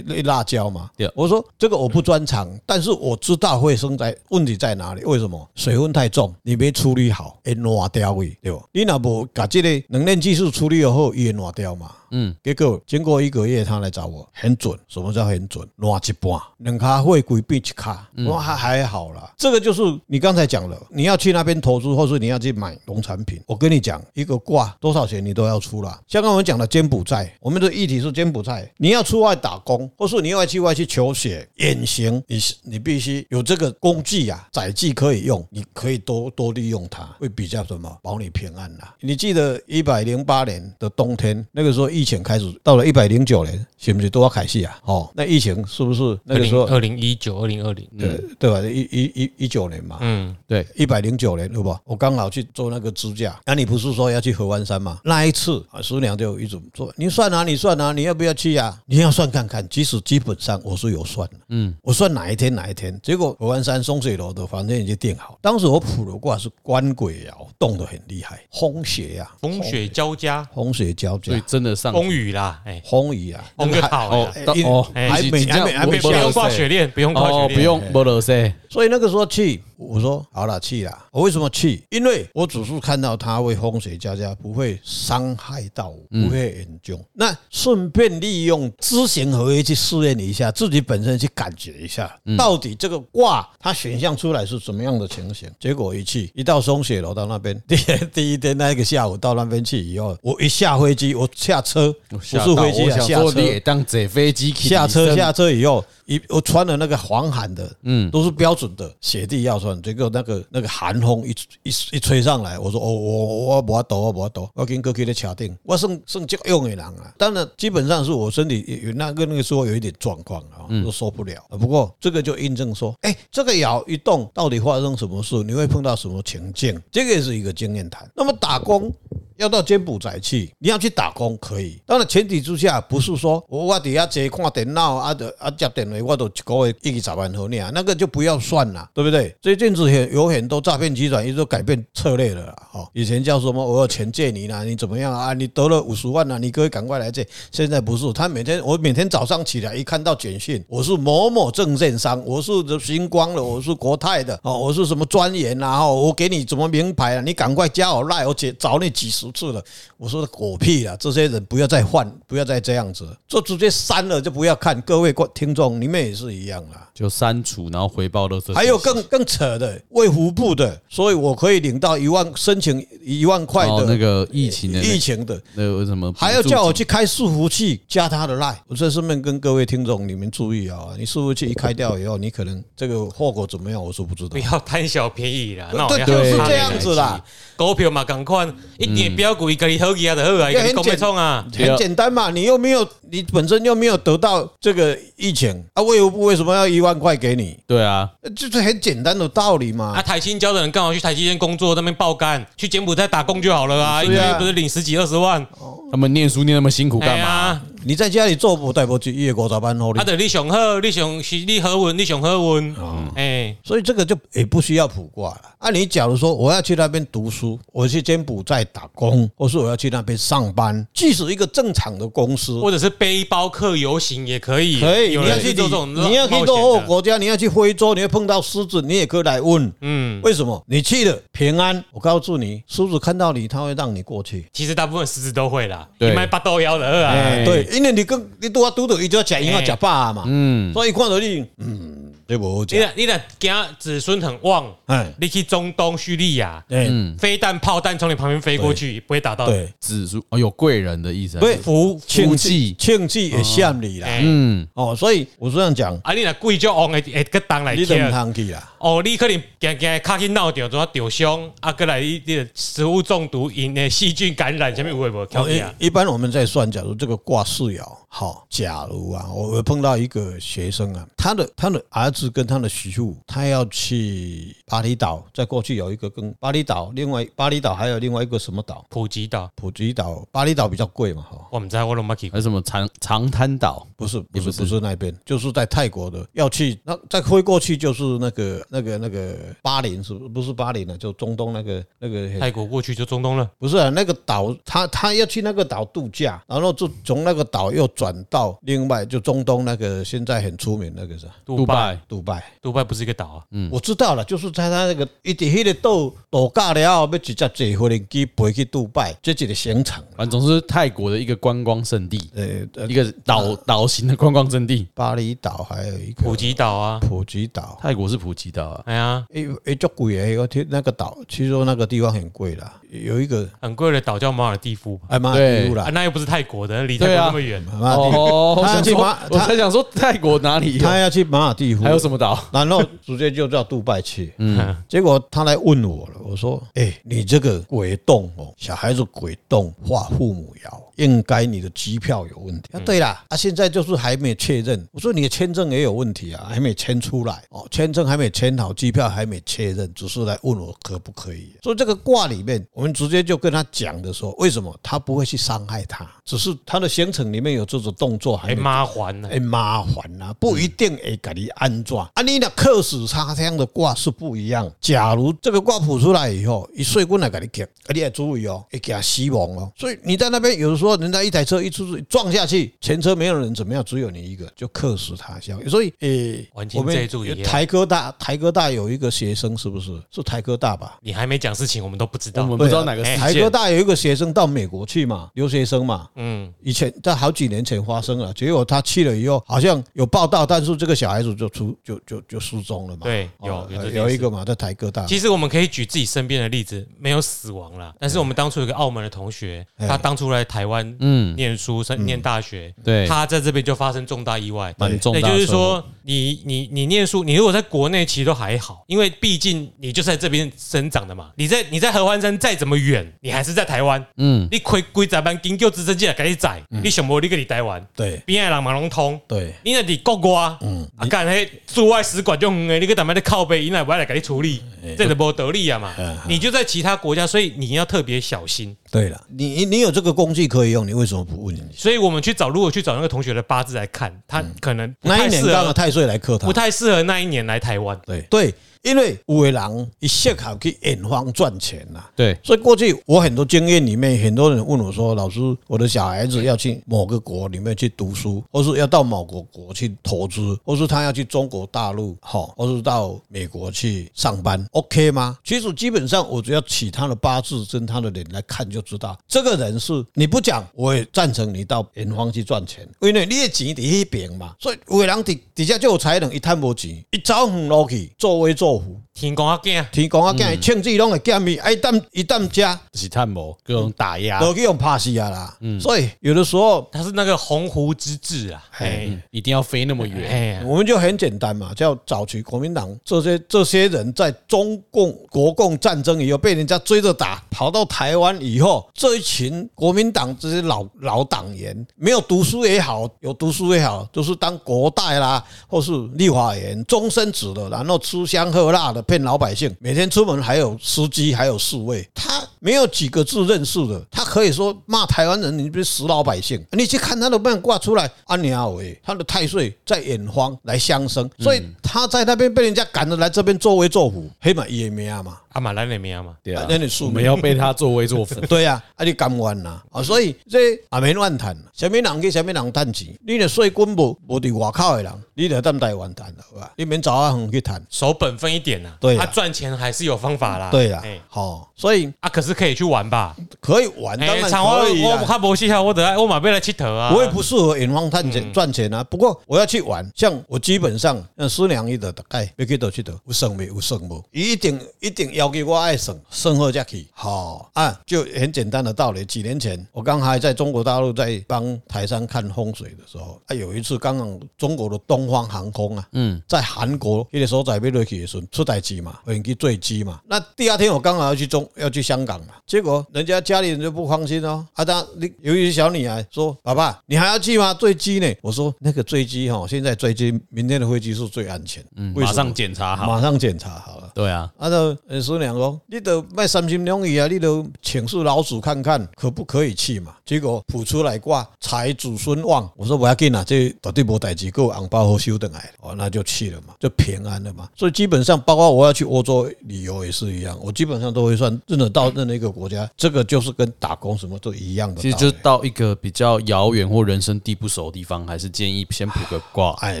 [SPEAKER 3] 辣椒嘛，
[SPEAKER 1] 对
[SPEAKER 3] 我说这个我不专长，但是我知道会生在问题在哪里。为什么水分太重，你没处理好，会烂掉去，对吧？你若无把这个冷链技术处理好，它会烂掉嘛。嗯，结果经过一个月，他来找我，很准。什么叫很准？烂一半，两卡会规变一卡，我还还好啦。这个就是你刚才讲了，你要去那边投资，或是你要去买农产品，我跟你讲，一个挂多少钱你都要出啦。像刚刚我们讲的柬埔寨，我们的议题是柬埔寨，你要出啊外打工，或是你要去外去求学、远行，你是你必须有这个工具啊，载具可以用，你可以多多利用它，会比较什么保你平安啦、你记得一百零八年的冬天，那个时候疫情开始，到了一百零九年，是不是都要开始啊？哦，那疫情是不是那
[SPEAKER 2] 二
[SPEAKER 3] 个时
[SPEAKER 2] 零
[SPEAKER 3] 候？
[SPEAKER 2] 二零一九、二零二零，
[SPEAKER 3] 对对吧？一一一一九年嘛，
[SPEAKER 2] 嗯，
[SPEAKER 1] 对，
[SPEAKER 3] 一百零九年，对吧？我刚好去做那个支架。那、你不是说要去合欢山吗？那一次啊，师娘就一直说：“你算啊，你算啊，你要不要去呀、你要算看看。”其实基本上我是有算的，嗯，我算哪一天哪一天。结果合欢山松水楼的房间已经定好。当时我卜的卦是官鬼爻，动得很厉害，风雪呀、
[SPEAKER 2] 风雪交加，
[SPEAKER 3] 风雪交
[SPEAKER 1] 所以
[SPEAKER 3] 加，
[SPEAKER 1] 真的上
[SPEAKER 2] 风雨啦，哎，
[SPEAKER 3] 风雨啊，
[SPEAKER 2] 风就好了
[SPEAKER 1] 哦
[SPEAKER 2] 啦，
[SPEAKER 3] 哎
[SPEAKER 1] 到
[SPEAKER 3] 因
[SPEAKER 1] 哦，
[SPEAKER 2] 哎
[SPEAKER 3] 还没还没还没
[SPEAKER 2] 不
[SPEAKER 1] 不
[SPEAKER 2] 用挂雪链，不用挂雪
[SPEAKER 1] 哦，
[SPEAKER 2] 链，
[SPEAKER 1] 不用
[SPEAKER 3] 哎
[SPEAKER 1] 不落塞，
[SPEAKER 3] 所以那个时候去，我说好了，去啦。我为什么去？因为我只是看到他会风雪交加，不会伤害到我，
[SPEAKER 1] 嗯
[SPEAKER 3] 不会严重。那顺便利用知行合一去试验一下自己本身，去感觉一下，
[SPEAKER 1] 嗯
[SPEAKER 3] 到底这个卦它选项出来是什么样的情形。结果一去，一到松雪楼到那边， 第第一天那个下午到那边去以后，我一下飞机，我下车，不是飞机啊，
[SPEAKER 1] 想
[SPEAKER 3] 下
[SPEAKER 1] 说
[SPEAKER 3] 车。
[SPEAKER 1] 你也当坐飞机去
[SPEAKER 3] 下车
[SPEAKER 1] 医生
[SPEAKER 3] 下车以后，一我穿了那个防寒的，嗯，都是标准的雪地要穿，结果那个那个寒风一一一吹上来，我说哦，我我我无抖，我无抖，我跟哥去咧车顶，我算算这用的人啊。当然，基本上是我身体有有那个那个时候有一点状况啊，都受不了。不过这个就印证说，哎，这个窑一动到底发生什么事，你会碰到什么情境，这个也是一个经验谈。那么打工。要到柬埔寨去，你要去打工可以。当然前提之下，不是说哦我我底下坐看电脑啊的啊接电话，我都一个月一十万好你啊，那个就不要算了，对不对？最近子很有很多诈骗集团也都改变策略了啦，哈。以前叫什么我有钱借你啦，你怎么样啊？你得了五十万了、你可以赶快来借。现在不哦是，他每天我每天早上起来一看到简讯，我是某某证券商，我是星光的，我是国泰的，哦，我是什么专员啊，哦，我给你怎么名牌啊，你赶快加我赖，我姐找你几十次了。我说狗屁了，这些人不要再换，不要再这样子，就直接删了，就不要看。各位观听众，你们也是一样啦。
[SPEAKER 1] 就删除，然后回报垃圾信息。
[SPEAKER 3] 还有更更扯的，卫福部的，所以我可以领到一万，申请一万块的、
[SPEAKER 1] 哦那个疫情的那
[SPEAKER 3] 疫情的，
[SPEAKER 1] 那有什么
[SPEAKER 3] 还要
[SPEAKER 1] 补助
[SPEAKER 3] 叫我去开伺服器加他的 line。我这顺便跟各位听众你们注意啊，你伺服器一开掉以后，你可能这个后果怎么样，我是不知道
[SPEAKER 2] 不。 要贪小便宜啦，那我
[SPEAKER 3] 对，
[SPEAKER 2] 要
[SPEAKER 3] 就是
[SPEAKER 2] 贪
[SPEAKER 3] 这样子啦，嗯
[SPEAKER 2] 股票嘛，赶快一点标股，一个里头去啊，就好啊，一个讲不冲啊，
[SPEAKER 1] 对
[SPEAKER 3] 很简单嘛。你又没有，你本身又没有得到这个疫情啊，卫福部为什么要一万块给你？
[SPEAKER 1] 对啊，
[SPEAKER 3] 呃就是很简单的道理嘛
[SPEAKER 2] 啊，。台新交的人干嘛去台积电工作，那边爆干，去柬埔寨打工就好了啊，一个
[SPEAKER 3] 是啊
[SPEAKER 2] 月不是领十几二十万，
[SPEAKER 1] 他们念书念那么辛苦干嘛？
[SPEAKER 2] 哎呀？
[SPEAKER 3] 你在家里做不带不去，一月五十班后
[SPEAKER 2] 啊，得你上好，你上是你好运，你上好运，
[SPEAKER 3] 哦
[SPEAKER 2] 哎，
[SPEAKER 3] 所以这个就也不需要卜卦了。啊，你假如说我要去那边读书，我去柬埔寨打工，或是我要去那边上班，即使一个正常的公司，
[SPEAKER 2] 或者是背包客游行也可以，
[SPEAKER 3] 可以，
[SPEAKER 2] 有
[SPEAKER 3] 你要
[SPEAKER 2] 人
[SPEAKER 3] 去
[SPEAKER 2] 去做这种
[SPEAKER 3] 旅你要去
[SPEAKER 2] 冒
[SPEAKER 3] 落后
[SPEAKER 2] 险的，
[SPEAKER 3] 国家，你要去非洲，你会碰到狮子，你也可以来问。
[SPEAKER 2] 嗯，
[SPEAKER 3] 为什么你去了平安？我告诉你，狮子看到你，它会让你过去。
[SPEAKER 2] 其实大部分狮子都会啦，
[SPEAKER 1] 对
[SPEAKER 2] 你卖八刀腰的二啊，
[SPEAKER 1] 哎
[SPEAKER 3] 对，因为你跟你拄啊拄到伊就要食因要食饱嘛，
[SPEAKER 1] 嗯，
[SPEAKER 3] 所以看到你，嗯，这无好
[SPEAKER 2] 你
[SPEAKER 3] 食。
[SPEAKER 2] 若你若惊子孙很旺，
[SPEAKER 3] 哎，
[SPEAKER 2] 你去中东叙利亚，
[SPEAKER 3] 哎，
[SPEAKER 2] 飞弹炮弹从你旁边飞过去，不会打到你。
[SPEAKER 3] 对，
[SPEAKER 1] 紫苏哦，有贵人的意思啊，
[SPEAKER 3] 对
[SPEAKER 2] 福
[SPEAKER 1] 庆
[SPEAKER 3] 庆
[SPEAKER 1] 忌
[SPEAKER 3] 忌庆忌也羡你啦。
[SPEAKER 2] 哎
[SPEAKER 1] 嗯，
[SPEAKER 3] 哦，所以我是这样讲，
[SPEAKER 2] 啊，你若贵就往诶诶个当来
[SPEAKER 3] 你都
[SPEAKER 2] 贴
[SPEAKER 3] 唔。通去啦。
[SPEAKER 2] 哦，你可能行行卡去闹着，主要受伤，啊，过来你你的食物中毒，因的细菌感染，什么有诶无？
[SPEAKER 3] 哦
[SPEAKER 2] 跳啊！
[SPEAKER 3] 一一般我们在算，假如这个卦四爻，好，假如啊，我我碰到一个学生啊，他的他的儿子跟他的媳妇，他要去巴厘岛，在过去有一个跟巴厘岛，另外巴厘岛还有另外一个什么岛，
[SPEAKER 2] 普吉岛，
[SPEAKER 3] 普吉岛，巴厘岛比较贵嘛，哈，
[SPEAKER 2] 我们知啊道我拢冇去过。
[SPEAKER 1] 还有什么长长滩岛，
[SPEAKER 3] 不是不
[SPEAKER 1] 也
[SPEAKER 3] 是
[SPEAKER 1] 不是
[SPEAKER 3] 不是那边，就是在泰国的，要去那再飞过去就是那个那个那个巴林，是不不是巴林了、就中东那个那个
[SPEAKER 2] 泰国过去就中东了，
[SPEAKER 3] 不是、啊、那个岛，他他要去那个岛度假，然后就从那个岛又转到另外就中东那个现在很出名那个是
[SPEAKER 2] 杜拜，，
[SPEAKER 3] 杜拜。嗯
[SPEAKER 2] 杜拜不是一个岛啊，
[SPEAKER 1] 嗯
[SPEAKER 3] 我知道了，就是在他那个一直迄个岛度假了后，要直接坐飞机飞去杜拜，这一个行程。
[SPEAKER 1] 反正总是泰国的一个观光胜地，
[SPEAKER 3] 呃，呃
[SPEAKER 1] 一个岛岛型的观光胜地。
[SPEAKER 3] 巴厘岛还有一个
[SPEAKER 2] 普吉岛啊，
[SPEAKER 3] 普吉岛，
[SPEAKER 1] 泰国是普吉岛啊，
[SPEAKER 2] 哎呀，
[SPEAKER 3] 诶诶，足贵诶，我听那个岛，据说那个地方很贵啦，有一个
[SPEAKER 2] 很贵的岛叫马尔蒂夫吧，
[SPEAKER 3] 哎妈
[SPEAKER 1] 对
[SPEAKER 3] 地乌
[SPEAKER 2] 啊，
[SPEAKER 3] 啦，
[SPEAKER 2] 那又不是泰国的，离泰国
[SPEAKER 1] 对啊
[SPEAKER 2] 那么远，
[SPEAKER 3] 马尔地夫，
[SPEAKER 1] 哦，我
[SPEAKER 3] 他
[SPEAKER 1] 想
[SPEAKER 3] 去
[SPEAKER 1] 说
[SPEAKER 3] 马
[SPEAKER 1] 我才想说泰国哪里有，
[SPEAKER 3] 他要去马尔地夫，
[SPEAKER 1] 还有什么岛？
[SPEAKER 3] 然后直接就到杜拜去。
[SPEAKER 2] 嗯，
[SPEAKER 3] 结果他来问我了，我说：“哎、你这个鬼洞哦，小孩子鬼洞画父母爻，应该你的机票有问题。”啊，对啦，啊，现在就是还没确认。我说你的签证也有问题啊，还没签出来哦，签证还没签好，机票还没确认，只是来问我可不可以。所以这个卦里面，我们直接就跟他讲的时候，为什么他不会去伤害他，只是他的行程里面有这种动作还
[SPEAKER 2] 还
[SPEAKER 3] 没
[SPEAKER 2] 哎麻烦啊呢，
[SPEAKER 3] 会麻烦啦、不一定会给你安怎。啊，你的客死他乡的卦是不一样。假如这个卦谱出来以后，一碎棍来给你夹，啊，你要注意哦，会夹死亡哦。所以你在那边有的时候，人家一台车一出去撞下去，前车没有人怎么样，只有你一个，就客死他乡。所以，诶、
[SPEAKER 2] 环境
[SPEAKER 3] 我们呃
[SPEAKER 2] 这一注也
[SPEAKER 3] 台科大，台科大有一个学生是不是？是台科大吧？
[SPEAKER 2] 你还没讲事情，我们都不知
[SPEAKER 1] 我
[SPEAKER 2] 道
[SPEAKER 1] 们。不知道哪个
[SPEAKER 2] 对啊
[SPEAKER 1] 事
[SPEAKER 3] 台科
[SPEAKER 1] 件。
[SPEAKER 3] 大有一个学生到美国去嘛，留学生嘛，
[SPEAKER 2] 嗯，
[SPEAKER 3] 以前在好几年前发生了，结果他去了以后，好像有报道，但是这个小孩子就出就就就失踪了嘛。
[SPEAKER 2] 对有
[SPEAKER 3] 哦
[SPEAKER 2] 有这件事
[SPEAKER 3] 有一个嘛，在台哥大，
[SPEAKER 2] 其实我们可以举自己身边的例子，没有死亡啦。但是我们当初有个澳门的同学，
[SPEAKER 3] 哎
[SPEAKER 2] 他当初来台湾
[SPEAKER 1] 嗯，
[SPEAKER 2] 念书、上念大学，
[SPEAKER 1] 对，
[SPEAKER 2] 他在这边就发生重大意外。
[SPEAKER 1] 蛮重
[SPEAKER 2] 也
[SPEAKER 1] 大。
[SPEAKER 2] 就是，说，你你你念书，你如果在国内其实都还好，因为毕竟你就是在这边生长的嘛。你在你在合欢山再怎么远，你还是在台湾。
[SPEAKER 1] 嗯，
[SPEAKER 2] 你亏规仔班研究直升机来给你载，你想无你给你台湾，
[SPEAKER 3] 对
[SPEAKER 2] 边的人嘛拢通。
[SPEAKER 3] 对
[SPEAKER 2] 你若伫国外，
[SPEAKER 1] 嗯
[SPEAKER 2] 啊，干迄驻外使馆就远诶，你去台湾咧靠背，伊若不要来给你处理，
[SPEAKER 1] 哎
[SPEAKER 2] 这就无道理啊嘛。
[SPEAKER 1] 嗯
[SPEAKER 2] 你就在其他国家，所以你要特别小心。
[SPEAKER 3] 对了，你你有这个工具可以用，你为什么不问你？
[SPEAKER 2] 所以我们去找，如果去找那个同学的八字来看，他可能不
[SPEAKER 3] 嗯那
[SPEAKER 2] 太
[SPEAKER 3] 一年
[SPEAKER 2] 适
[SPEAKER 3] 刚好
[SPEAKER 2] 合，
[SPEAKER 3] 太岁来克他
[SPEAKER 2] 不，太适合那一年来台湾。
[SPEAKER 3] 对对，因为有的人一下考去远方赚钱呐、
[SPEAKER 1] 对，
[SPEAKER 3] 所以过去我很多经验里面，很多人问我说：“老师，我的小孩子要去某个国里面去读书，或是要到某个国去投资，或是他要去中国大陆，好，或是到美国去上班，OK 吗？”其实基本上，我只要起他的八字跟他的脸来看就知道，这个人是你不讲，我也赞成你到远方去赚钱，因为你的钱在那边嘛，所以有的人底底下就有才能，一贪无钱，一走远路去，作威作福，
[SPEAKER 2] 天公啊，囝，
[SPEAKER 3] 天公啊，囝庆忌拢会见面，啊一旦一旦加。
[SPEAKER 1] 是探谋各种打压，
[SPEAKER 3] 都去用拍死啊啦。所以有的时候
[SPEAKER 2] 他是那个鸿鹄之志啊。哎
[SPEAKER 1] 嗯一定要飞那么
[SPEAKER 3] 嗯
[SPEAKER 1] 远。
[SPEAKER 2] 哎呀，
[SPEAKER 3] 我们就很简单嘛，叫早期国民党这些这些人在中共国共战争以后被人家追着打，跑到台湾以后，这一群国民党这些老老党员，没有读书也好，有读书也好，就是当国代啦，或是立法员，终身制的，然后吃香喝辣的骗老百姓，每天出门还有司机，还有侍卫，他没有几个字认识的，他可以说骂台湾人，你不是死老百姓。你去看他的漫挂出来，啊鸟喂，他的太岁在远方来相生，所以他在那边被人家赶着来这边作威作福，黑马也没啊嘛。
[SPEAKER 2] 啊嘛，咱的命嘛，
[SPEAKER 1] 对啊
[SPEAKER 3] 啊，那你庶
[SPEAKER 1] 我
[SPEAKER 3] 民。
[SPEAKER 1] 们要被他作威作 福
[SPEAKER 3] 对啊，啊你甘愿啦，啊所以这也免乱谈啦，什么人去什么人趁钱，你若税金无无伫外口的人，你就当台湾谈了，好吧？你免走啊远去谈，
[SPEAKER 2] 守本分一点呐。
[SPEAKER 3] 对
[SPEAKER 2] 他
[SPEAKER 3] 啊
[SPEAKER 2] 赚钱还是有方法啦。
[SPEAKER 3] 对啊啦
[SPEAKER 2] 哎，
[SPEAKER 3] 好，所以
[SPEAKER 2] 啊，可是可以去玩吧？
[SPEAKER 3] 可以玩，当
[SPEAKER 2] 哎，
[SPEAKER 3] 然
[SPEAKER 2] 场我
[SPEAKER 3] 可以
[SPEAKER 2] 我
[SPEAKER 3] 啦。
[SPEAKER 2] 看博西下，我得爱我马贝来剃头啊。
[SPEAKER 3] 我也不适合远方探
[SPEAKER 2] 嗯
[SPEAKER 3] 钱赚钱啊，不过我要去玩，像我基本上，像师娘伊的大概要去倒去倒，有算没有算无，伊一定一定要求我爱算，算好才去。好、啊，就很简单的道理。几年前我刚还在中国大陆在帮台山看风水的时候，啊有一次刚好中国的东方航空啊，嗯，在韩国那个所在要落去的时候出代志嘛，有人去坠机嘛。那第二天我刚好要去中要去香港嘛，结果人家家里人就不放心哦。啊，当你尤其是小女孩说：“爸爸，你还要去吗？坠机呢？”我说：“那个坠机哈，现在坠机，明天的飞机是最安全，嗯
[SPEAKER 1] 马上检查好。
[SPEAKER 3] 马上检查好了。”
[SPEAKER 1] 对啊，
[SPEAKER 3] 啊，就呃师娘讲，你都卖三心两意啊，你都请示老祖看看可不可以去嘛？结果谱出来卦财祖孙旺，我说不要紧啊，这绝对无代志，够红包好收等来，哦，那就去了嘛，就平安了嘛。所以基本上，包括我要去欧洲旅游也是一样，我基本上都会算认得到任何一个国家，这个就是跟打工什么都一样的道
[SPEAKER 1] 其
[SPEAKER 3] 理。
[SPEAKER 1] 实就是到一个比较遥远或人生地不熟的地方，还是建议先卜个卦，
[SPEAKER 3] 哎，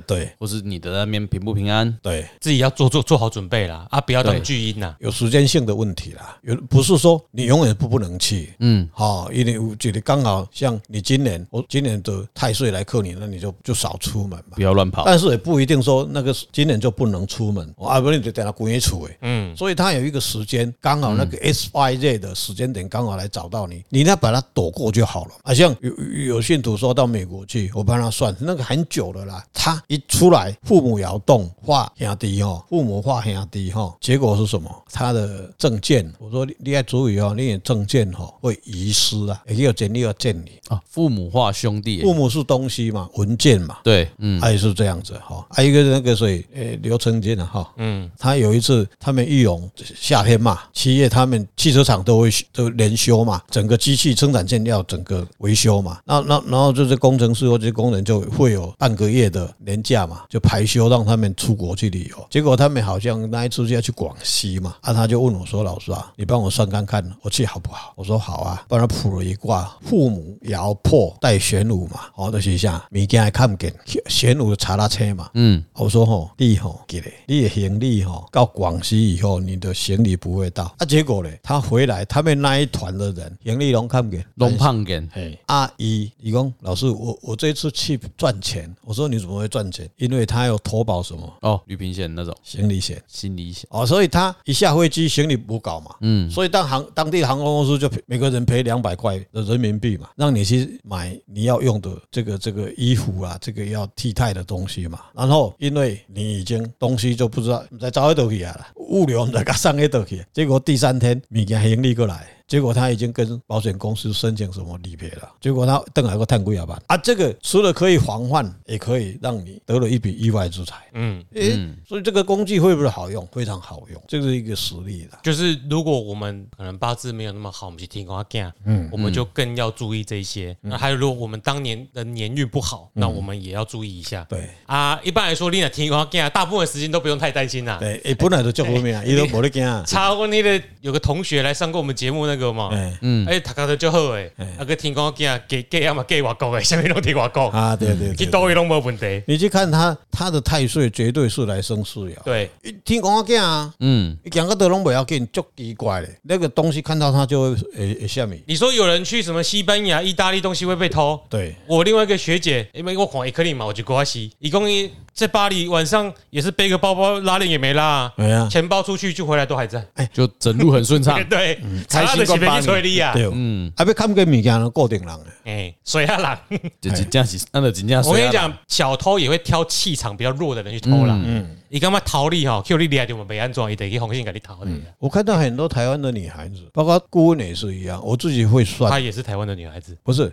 [SPEAKER 3] 对
[SPEAKER 1] 或是你的那边平不平安。
[SPEAKER 3] 对。
[SPEAKER 2] 自己要做做做好准备啦，啊，不要当
[SPEAKER 1] 对
[SPEAKER 2] 巨婴呐。
[SPEAKER 3] 有时间性的问题啦，有不是说你永远不不能去，嗯，好、因为我觉得刚好像你今年，我今年的太岁来克你，那你就就少出门嘛
[SPEAKER 1] 不。要乱跑，
[SPEAKER 3] 但是也不一定说那个今年就不能出门，啊，不然你就等他滚一处哎，
[SPEAKER 2] 嗯，
[SPEAKER 3] 所以他有一个时间，刚好那个 S Y Z 的时间点刚好来找到你，你呢把它躲过就好了。啊，像有有有信徒说到美国去，我帮他算，那个很久了啦。他一出来，父母摇动，画兄弟哈，父母画兄弟哈，结果是什么？他的证件，我说你你要注意哦，你的证件哈会遗失啊，也有简历要见你。
[SPEAKER 1] 啊，父母化兄弟耶，
[SPEAKER 3] 父母是东西嘛，文件嘛，
[SPEAKER 1] 对，嗯，
[SPEAKER 3] 还啊是这样子哈。还有一个那个谁，呃，刘成坚啊哈，嗯，他有一次他们玉龙夏天嘛，七月他们汽车厂都会都连休嘛，整个机器生产线要整个维修嘛，那那然后就是工程师或者工人就会有半个月的年假嘛，就排休让他们出国去旅游。结果他们好像那一次就要去广西嘛，啊，他就问我说：“老师啊，你帮我算看看，我去好不好？”我说：“好啊。”帮他卜了一卦，父母爻破带玄武嘛，哦，就是一下，物件还看不见，玄武查拉车嘛，
[SPEAKER 1] 嗯，
[SPEAKER 3] 我说吼，你吼，记得你的行李吼，到广西以后，你的行李不会到。啊，结果呢，他回来，他们那一团的人行李拢看不见，
[SPEAKER 1] 龙胖点，
[SPEAKER 3] 嘿，阿姨，伊讲老师，我我这次去赚钱。我说你怎么会赚钱？因为他有投保什么
[SPEAKER 1] 哦，旅平险那种
[SPEAKER 3] 行李险。
[SPEAKER 1] 心理险，
[SPEAKER 3] 哦，所以他一下飞机行李不搞嘛，嗯，所以当航当地航空公司就赔每个人赔两百块的人民币嘛，让你去买你要用的这个这个衣服啊，这个要替代的东西嘛。然后因为你已经东西就不知道在找一道去啊啦，物流在给上一道去，啊结果第三天物件行李过来。结果他已经跟保险公司申请什么理赔了，结果他邓来个探归啊办啊，这个除了可以防范，也可以让你得了一笔意外之财。
[SPEAKER 2] 嗯，
[SPEAKER 3] 诶、所以这个工具会不会好用？非常好用，这是一个实例的。
[SPEAKER 2] 就是如果我们可能八字没有那么好，我们去听光干，嗯，我们就更要注意这一些。
[SPEAKER 3] 嗯
[SPEAKER 2] 那还有，如果我们当年的年运不好，那我们也要注意一下。
[SPEAKER 3] 对
[SPEAKER 2] 啊，一般来说，你若听光干，大部分时间都不用太担心啦。
[SPEAKER 3] 对，诶，本来就叫后面啊，伊都无咧惊啊。
[SPEAKER 2] 查过那个有个同学来上过我们节目那个嘛，
[SPEAKER 3] 诶，
[SPEAKER 2] 嗯，哎，他讲的就好诶，啊个听光干，给给要么给外国诶，下面拢听外国，
[SPEAKER 3] 嗯啊，对对
[SPEAKER 2] 去
[SPEAKER 3] 对，
[SPEAKER 2] 多位拢无问题。
[SPEAKER 3] 你去看他，他的太岁绝对是来生事了。
[SPEAKER 2] 对，
[SPEAKER 3] 一听讲我惊啊，
[SPEAKER 1] 嗯，
[SPEAKER 3] 你讲个都拢不要紧，足奇怪嘞。那个东西看到他就会诶诶下面，
[SPEAKER 2] 你说有人去什么西班牙、意大利东西会被偷？
[SPEAKER 3] 对
[SPEAKER 2] 我另外一个学姐，因为我狂一克力嘛，我就跟她洗。一共一在巴黎晚上也是背个包包，拉链也没拉，
[SPEAKER 3] 哎
[SPEAKER 1] 啊
[SPEAKER 3] 呀
[SPEAKER 2] 钱包出去就回来都还在。，
[SPEAKER 1] 就整路很顺畅
[SPEAKER 2] 对，
[SPEAKER 1] 啊嗯开心
[SPEAKER 2] 洗
[SPEAKER 1] 关巴
[SPEAKER 2] 被
[SPEAKER 1] 黎
[SPEAKER 2] 催力啊！
[SPEAKER 3] 对，嗯，还要看个物件呢，固定人啊诶。
[SPEAKER 2] 哎，水下
[SPEAKER 1] 啊
[SPEAKER 2] 狼，
[SPEAKER 1] 就真正是，那就真正是。
[SPEAKER 2] 我跟你，讲，小偷也会挑气场比较弱的人去偷啦。嗯，你干嘛逃利哈？Q 你厉害就我们被安装，也得去红信给你逃
[SPEAKER 1] 嗯
[SPEAKER 2] 的。
[SPEAKER 3] 我看到很多台湾的女孩子，包括顾问也是一样，我自己会算
[SPEAKER 2] 她。也是台湾的女孩子，
[SPEAKER 3] 不是，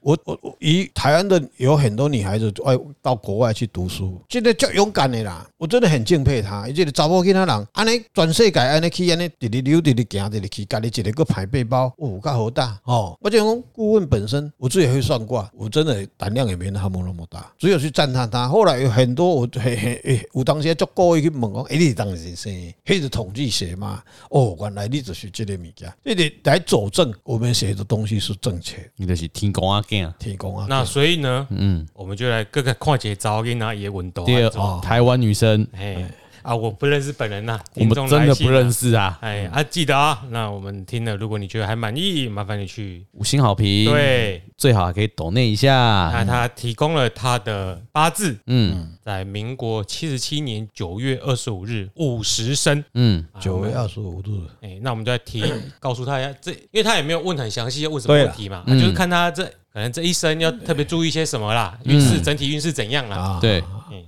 [SPEAKER 3] 我我我以台湾的有很多女孩子爱到国外去读书，真的足勇敢的啦，我真的很敬佩她。伊这个查某囡仔人，安尼全世界安尼去安尼直直溜直直行直直去，家己一个个排背包，哦，够好大哦！我就讲顾问本身，我自己也会算卦，我真的胆量也没他们那么大，只有去赞叹他。后来有很多我很很诶，有当时足故意去问讲，诶、你当时是迄是统计学嘛？哦，原来你就是这个物件，所以你来佐证我们写的东西是正确。
[SPEAKER 1] 你就是天公阿囝。
[SPEAKER 3] 提供啊，
[SPEAKER 2] 那所以呢，嗯，我们就来各个况且找给那也文斗
[SPEAKER 1] 第二，
[SPEAKER 2] 啊，
[SPEAKER 1] 台湾女生，
[SPEAKER 2] 哎啊，我不认识本人呐，
[SPEAKER 1] 我们真的不认。识啊，
[SPEAKER 2] 哎啊，记得啊，那我们听了，如果你觉得还满意，麻烦你去
[SPEAKER 1] 五星好评，，
[SPEAKER 2] 对。
[SPEAKER 1] 最好还可以抖内一下。
[SPEAKER 2] 那他提供了他的八字，
[SPEAKER 1] 嗯
[SPEAKER 2] 在民国七十七年九月二十五日五时生。
[SPEAKER 1] 嗯，
[SPEAKER 2] 啊
[SPEAKER 3] 九月二十五日，
[SPEAKER 2] 哎、那我们就在提告诉他一下， 这因为他也没有问很详细要问什么
[SPEAKER 3] 对
[SPEAKER 2] 问
[SPEAKER 3] 啦
[SPEAKER 2] 题嘛，啊
[SPEAKER 1] 嗯嗯
[SPEAKER 2] 就是看他这可能这一生要特别注意些什么啦，运势整体运势怎样啦，
[SPEAKER 3] 啊，
[SPEAKER 1] 对，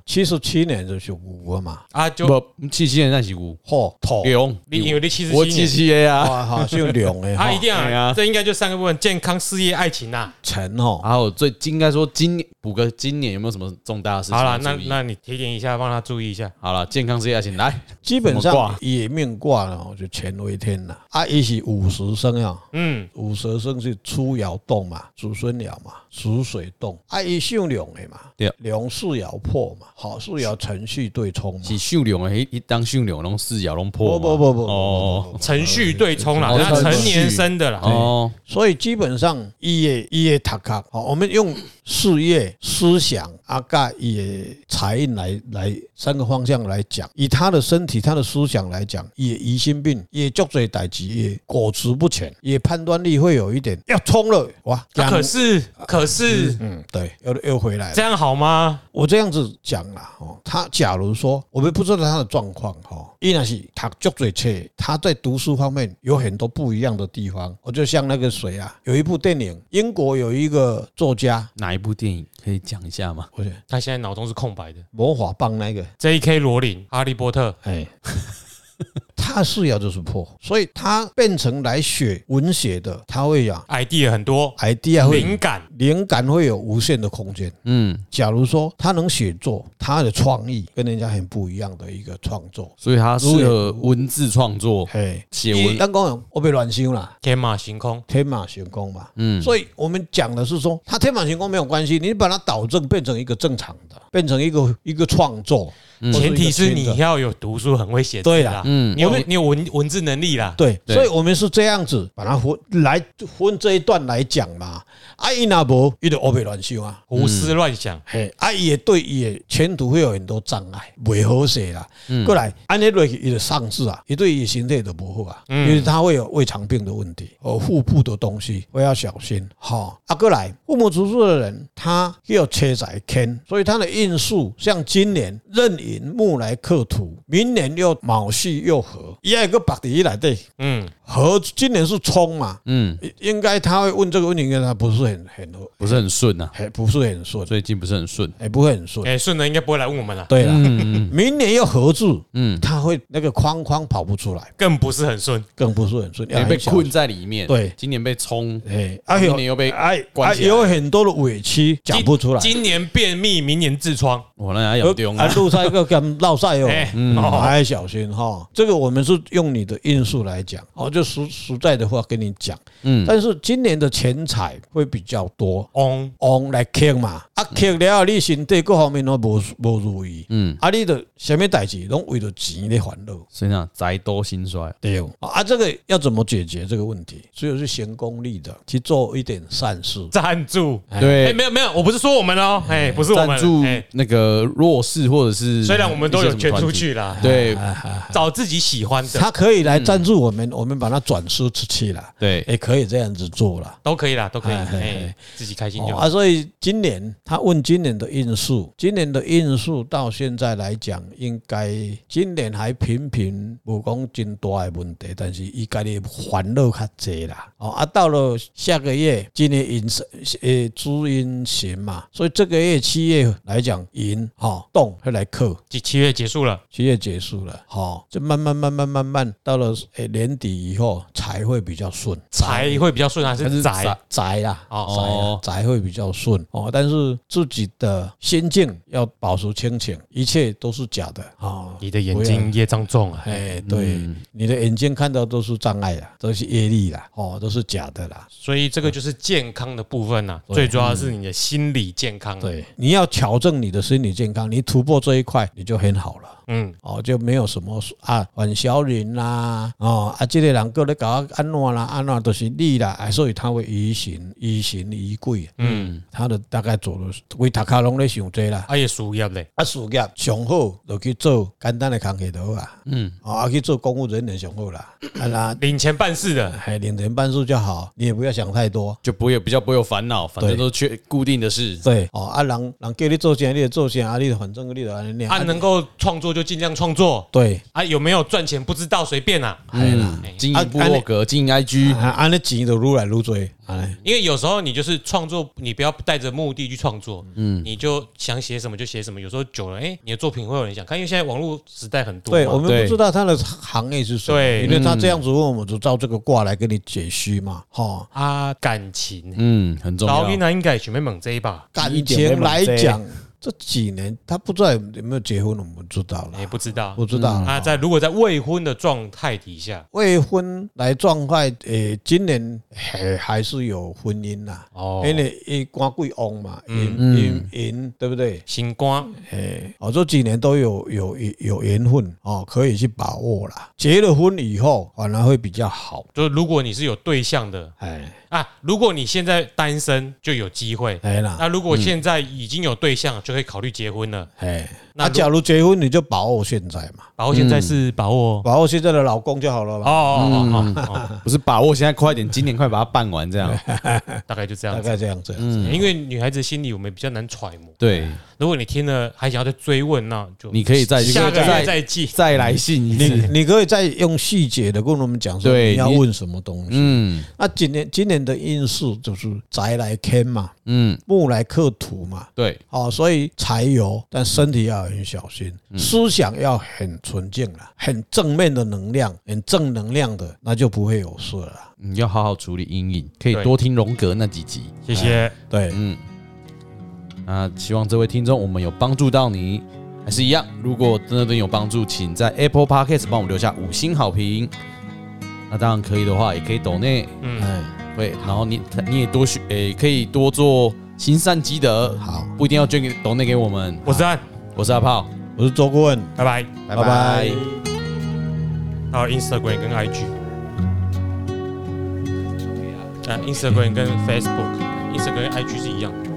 [SPEAKER 3] 七十七年就是五啊嘛，
[SPEAKER 2] 啊就
[SPEAKER 1] 不，七七年那是五
[SPEAKER 3] 嚯，土
[SPEAKER 1] 龙，
[SPEAKER 2] 你因为你七十
[SPEAKER 1] 我
[SPEAKER 2] 七
[SPEAKER 1] 七
[SPEAKER 2] 年，
[SPEAKER 1] 七年啊，
[SPEAKER 3] 啊，哈，就两 诶，
[SPEAKER 2] 啊
[SPEAKER 3] 哈
[SPEAKER 2] 一定
[SPEAKER 1] 哎
[SPEAKER 2] 啊，
[SPEAKER 1] 呀
[SPEAKER 2] 这应该就三个部分：健康、事业、爱情呐、
[SPEAKER 3] 辰吼，
[SPEAKER 1] 还有最应该说今年补个今年有没有什么重大的事情
[SPEAKER 2] 好
[SPEAKER 1] 要
[SPEAKER 2] 啦，
[SPEAKER 1] 注意？
[SPEAKER 2] 那那你提点一下，帮他注意一下。
[SPEAKER 1] 好了，健康事业请来，
[SPEAKER 3] 基本
[SPEAKER 1] 怎么挂
[SPEAKER 3] 上也命卦了，就乾为天了，啊，伊是五十生啊，
[SPEAKER 2] 嗯，
[SPEAKER 3] 五蛇生是初爻动嘛，子孙爻嘛，子水动，啊，伊姓两的嘛
[SPEAKER 1] 对，
[SPEAKER 3] 两四爻破嘛，好四爻程序对冲嘛，
[SPEAKER 1] 是秀龙诶，一当秀龙龙四角龙破
[SPEAKER 3] 不
[SPEAKER 1] 嘛，
[SPEAKER 3] 不不不
[SPEAKER 1] 哦
[SPEAKER 3] 不不，
[SPEAKER 2] 程序对冲啦，
[SPEAKER 1] 哦
[SPEAKER 2] 他
[SPEAKER 1] 程序
[SPEAKER 2] 成年生的啦，
[SPEAKER 1] 哦，
[SPEAKER 3] 所以基本上伊的伊的读壳，好，我们用事业、思想啊，甲伊的财运来来三个方向来讲，以他的身体、他的思想来讲，伊的疑心病，伊的足侪代志，伊的果执不前，伊的判断力会有一点要冲了，哇，
[SPEAKER 2] 啊可是可是
[SPEAKER 3] 嗯，对，又又回来了
[SPEAKER 2] 这。样好吗？
[SPEAKER 3] 我这样子讲啦，哦，他假如说我们不知道他的状况哈，依然是他足嘴册，他在读书方面有很多不一样的地方。我就像那个谁啊，有一部电影，英国有一个作家，
[SPEAKER 1] 哪一部电影可以讲一下吗？
[SPEAKER 3] 我想
[SPEAKER 2] 他现在脑中是空白的。
[SPEAKER 3] 魔法棒那个，
[SPEAKER 2] J.K. 罗琳，《哈利波特》
[SPEAKER 3] 哎。 他是要就是破，所以他变成来写文学的，他会讲
[SPEAKER 2] idea 很多，
[SPEAKER 3] idea
[SPEAKER 2] 灵
[SPEAKER 3] 会
[SPEAKER 2] 感
[SPEAKER 3] 灵感会有无限的空间。
[SPEAKER 1] 嗯，
[SPEAKER 3] 假如说他能写作，他的创意跟人家很不一样的一个创作，
[SPEAKER 1] 所以它适合文字创作，
[SPEAKER 3] 嘿，
[SPEAKER 1] 写文
[SPEAKER 3] 咱讲我被乱修啦，
[SPEAKER 2] 天马行空。
[SPEAKER 3] 天马行空嘛。
[SPEAKER 1] 嗯，
[SPEAKER 3] 所以我们讲的是说，它天马行空没有关系，你把它导正变成一个正常的，变成一个一个创作，或一
[SPEAKER 2] 前
[SPEAKER 3] 个
[SPEAKER 2] 提是
[SPEAKER 3] 新的
[SPEAKER 2] 你要有读书，很会写字
[SPEAKER 3] 对
[SPEAKER 2] 啦
[SPEAKER 3] 啦，
[SPEAKER 1] 嗯
[SPEAKER 2] 你有你有文文字能力啦。
[SPEAKER 3] 对，
[SPEAKER 1] 对
[SPEAKER 3] 所以我们是这样子把它分来分这一段来讲嘛。啊，伊那无，伊就乌白乱想啊。
[SPEAKER 2] 胡思乱想，
[SPEAKER 3] 嘿，啊，伊也对伊的前途会有很多障碍，袂好势啦。过来，安尼落去，伊就丧志啊，伊对伊的身体都不好啊，因为他会有胃肠病的问题，哦，腹部的东西我要小心。好、啊，过来，父母族数的人，他要车载天，所以他的运数像今年壬寅木来克土，明年又卯戌又合，伊还有个白底来对
[SPEAKER 2] 嗯，
[SPEAKER 3] 合，今年是冲嘛，
[SPEAKER 1] 嗯，
[SPEAKER 3] 应该他会问这个问题，应该他不是很很合，
[SPEAKER 1] 不是很顺啊，
[SPEAKER 3] 还不是很顺，
[SPEAKER 1] 最近不是很顺，
[SPEAKER 3] 也不会很顺。
[SPEAKER 2] 哎，顺德应该不会来问我们了，
[SPEAKER 3] 对了，
[SPEAKER 1] 嗯
[SPEAKER 3] 明年要合住，
[SPEAKER 1] 嗯，
[SPEAKER 3] 他会那个框框跑不出来，
[SPEAKER 2] 更不是很顺。
[SPEAKER 3] 更不是很顺，要
[SPEAKER 1] 也
[SPEAKER 3] 很
[SPEAKER 1] 被
[SPEAKER 3] 小
[SPEAKER 1] 困。在里面，
[SPEAKER 3] 对
[SPEAKER 1] 今年被冲，
[SPEAKER 3] 哎，哎
[SPEAKER 1] 明年又被
[SPEAKER 3] 哎
[SPEAKER 1] 关
[SPEAKER 3] 哎，
[SPEAKER 1] 起来
[SPEAKER 3] 有很多的委屈讲不出来。
[SPEAKER 2] 今年便秘，明年痔疮。
[SPEAKER 1] 我那还有丢
[SPEAKER 3] 啊
[SPEAKER 1] 啊，，
[SPEAKER 3] 路上一个跟绕赛哦
[SPEAKER 2] 哎，
[SPEAKER 3] 嗯还小心哈。这个我们是用你的因素来讲，哦，就实实在的话跟你讲。
[SPEAKER 1] 嗯
[SPEAKER 3] 但是今年的钱财会比较多，
[SPEAKER 2] 翁
[SPEAKER 3] 往来克嘛，啊克了后，你身体各方面都无无如意，
[SPEAKER 1] 嗯，
[SPEAKER 3] 啊，你的什么代志拢为了钱咧烦恼。
[SPEAKER 1] 所以呢，宅多兴衰，
[SPEAKER 3] 对哦啊，这个要怎么解决这个问题？所以是行功利的，去做一点善事。
[SPEAKER 2] 赞助，哎，
[SPEAKER 1] 对，
[SPEAKER 2] 没有没有，我不是说我们哦，哎，不是我
[SPEAKER 1] 赞
[SPEAKER 2] 们，
[SPEAKER 1] 助
[SPEAKER 2] 哎，
[SPEAKER 1] 那个弱势或者是，
[SPEAKER 2] 虽然我们都有捐出，去啦，
[SPEAKER 1] 对
[SPEAKER 2] 找自己喜欢 的
[SPEAKER 3] 他可以来赞助我们，我们把它转输出去了，
[SPEAKER 1] 对，
[SPEAKER 3] 也可以这样子做了。
[SPEAKER 2] 都可以啦，都可以，
[SPEAKER 3] 哎哎
[SPEAKER 2] 哎
[SPEAKER 3] 哎，
[SPEAKER 2] 自己开心
[SPEAKER 3] 哦
[SPEAKER 2] 就好。
[SPEAKER 3] 啊，所以今年他问今年的运数，今年的运数到现在来讲，应该今年还平平，无讲真大的问题，但是伊家己烦恼较济啦。哦，啊，到了下个月，今年寅是呃朱阴行嘛，所以这个月七月来讲，寅哈动会来克，
[SPEAKER 2] 七七月结束了，
[SPEAKER 3] 七月结束了，好、哦，就慢慢慢慢慢慢到了诶年底以后才会比较顺，啊
[SPEAKER 2] 财会比较顺还啊
[SPEAKER 1] 还
[SPEAKER 2] 是
[SPEAKER 1] 是
[SPEAKER 2] 宅
[SPEAKER 1] 宅？
[SPEAKER 3] 宅啦，
[SPEAKER 1] 哦
[SPEAKER 3] 哦，宅啦宅会比较顺哦。但是自己的心境要保持清醒，一切都是假的哦。
[SPEAKER 2] 你的眼睛业障重啊！
[SPEAKER 3] 哎，对，你的眼睛看到都是障碍啦，都是业力啦，哦，都是假的啦。
[SPEAKER 2] 所以这个就是健康的部分呐、啊，
[SPEAKER 3] 对
[SPEAKER 2] 最主要是你的心理健康。，啊
[SPEAKER 3] 对，你要矫正你的心理健康，你突破这一块，你就很好了。
[SPEAKER 2] 嗯，
[SPEAKER 3] 哦，就没有什么啊，反小人啦，哦啊，这个人过来搞我安怎啦，安怎都是你啦，啊，所以他会疑神疑神疑鬼，嗯，他的大概做了为大家拢咧想这啦。
[SPEAKER 2] 啊也输业嘞，
[SPEAKER 3] 啊，事业上好就去做简单的工作就好啊，嗯，哦啊去做公务人员上好啦，啊那
[SPEAKER 2] 领钱办事的，
[SPEAKER 3] 还领人办事就好，你也不要想太多，
[SPEAKER 1] 就不会有比较不会有烦恼，反正
[SPEAKER 3] 对
[SPEAKER 1] 都确固定的事。
[SPEAKER 3] 对，哦啊人人叫你做啥你就做啥，啊你反正你就安尼
[SPEAKER 2] 啊能够创作就尽量创作，
[SPEAKER 3] 对，
[SPEAKER 2] 啊有没有赚钱不知道随便啦、啊，
[SPEAKER 1] 嗯，经营部落格，经营 IG，
[SPEAKER 3] 啊安尼钱就愈来愈多，安尼。
[SPEAKER 2] 因为有时候你就是创作，你不要带着目的去创作，嗯，你就想写什么就写什么，有时候久了，哎、你的作品会有人想看，因为现在网络时代很多嘛，
[SPEAKER 3] 对，我们
[SPEAKER 1] 对
[SPEAKER 3] 不知道他的行业是什么，
[SPEAKER 2] 啊对
[SPEAKER 3] 因为他这样子问，我们就照这个卦来跟你解析嘛，哈。
[SPEAKER 2] 啊感情，
[SPEAKER 1] 嗯，很重
[SPEAKER 2] 然后
[SPEAKER 1] 要。
[SPEAKER 2] 呢应该准备猛这一把，
[SPEAKER 3] 感情来讲，这几年他不知道有没有结婚，我们不知道
[SPEAKER 2] 也、
[SPEAKER 3] 了，
[SPEAKER 2] 哎不知道
[SPEAKER 3] 不知道
[SPEAKER 2] 啊，
[SPEAKER 3] 了。
[SPEAKER 2] 在如果在未婚的状态底下，
[SPEAKER 3] 未婚来状态，诶，今年还还是有婚姻啦，
[SPEAKER 2] 哦，嗯
[SPEAKER 3] 因为一官贵翁嘛，银银银，对不对？
[SPEAKER 2] 星光
[SPEAKER 3] 哎，哦，这几年都有有有有缘分哦，可以去把握啦。结了婚以后，反而会比较好，
[SPEAKER 2] 就是如果你是有对象的
[SPEAKER 3] 哎
[SPEAKER 2] 啊，如果你现在单身就有机会，
[SPEAKER 3] 哎啦。
[SPEAKER 2] 那如果现在已经有对象，就可以考虑结婚了。
[SPEAKER 3] 哎，
[SPEAKER 2] 那
[SPEAKER 3] 那、
[SPEAKER 2] 如
[SPEAKER 3] 假如结婚，你就把握现在嘛，
[SPEAKER 2] 把握现在是把握
[SPEAKER 3] 把握现在的老公就好了
[SPEAKER 2] 哦
[SPEAKER 3] 嘛，
[SPEAKER 2] 哦哦哦
[SPEAKER 1] 不是把握现在快点，今年快把它办完，这样
[SPEAKER 2] 哦，大概就这
[SPEAKER 3] 大
[SPEAKER 2] 样子。嗯
[SPEAKER 3] 概这样子。
[SPEAKER 1] 嗯
[SPEAKER 2] 因为女孩子心里我们比较难揣摩，
[SPEAKER 1] 对，
[SPEAKER 2] 如果你听了还想要再追问，那就
[SPEAKER 1] 你可以再
[SPEAKER 2] 下个
[SPEAKER 1] 再
[SPEAKER 2] 月再记。
[SPEAKER 1] 再来信一
[SPEAKER 3] 你
[SPEAKER 1] 次。
[SPEAKER 3] 你可以再用细节的跟我们讲说
[SPEAKER 1] 对
[SPEAKER 3] 你要
[SPEAKER 1] 你
[SPEAKER 3] 问什么东西。
[SPEAKER 1] 嗯
[SPEAKER 3] 那今年今年的运势就是宅来天嘛，
[SPEAKER 1] 嗯，
[SPEAKER 3] 木来克土嘛，
[SPEAKER 1] 对，
[SPEAKER 3] 哦，所以财有，但身体要很小心，思想要很纯净了，很正面的能量，很正能量的，那就不会有事了。
[SPEAKER 1] 你要好好处理阴影，可以
[SPEAKER 2] 对
[SPEAKER 1] 多听荣格那几集。
[SPEAKER 2] 谢谢，
[SPEAKER 3] 对，
[SPEAKER 1] 嗯，那希望这位听众我们有帮助到你，还是一样，如果真的对你有帮助，请在 Apple Podcast 帮我们留下五星好评。那当然可以的话，也可以抖内
[SPEAKER 2] 嗯，
[SPEAKER 3] 哎，
[SPEAKER 1] 对，然后你你也多学，诶、可以多做行善积德，
[SPEAKER 3] 好，
[SPEAKER 1] 不一定要捐给抖内给我们。
[SPEAKER 2] 我是安，
[SPEAKER 1] 我是阿炮，
[SPEAKER 3] 我是周顾问，
[SPEAKER 2] 拜拜。
[SPEAKER 1] 拜
[SPEAKER 3] 拜拜
[SPEAKER 2] 还有 Instagram 跟 IG，啊，Instagram 跟 Facebook，Instagram 跟 IG 是一样的。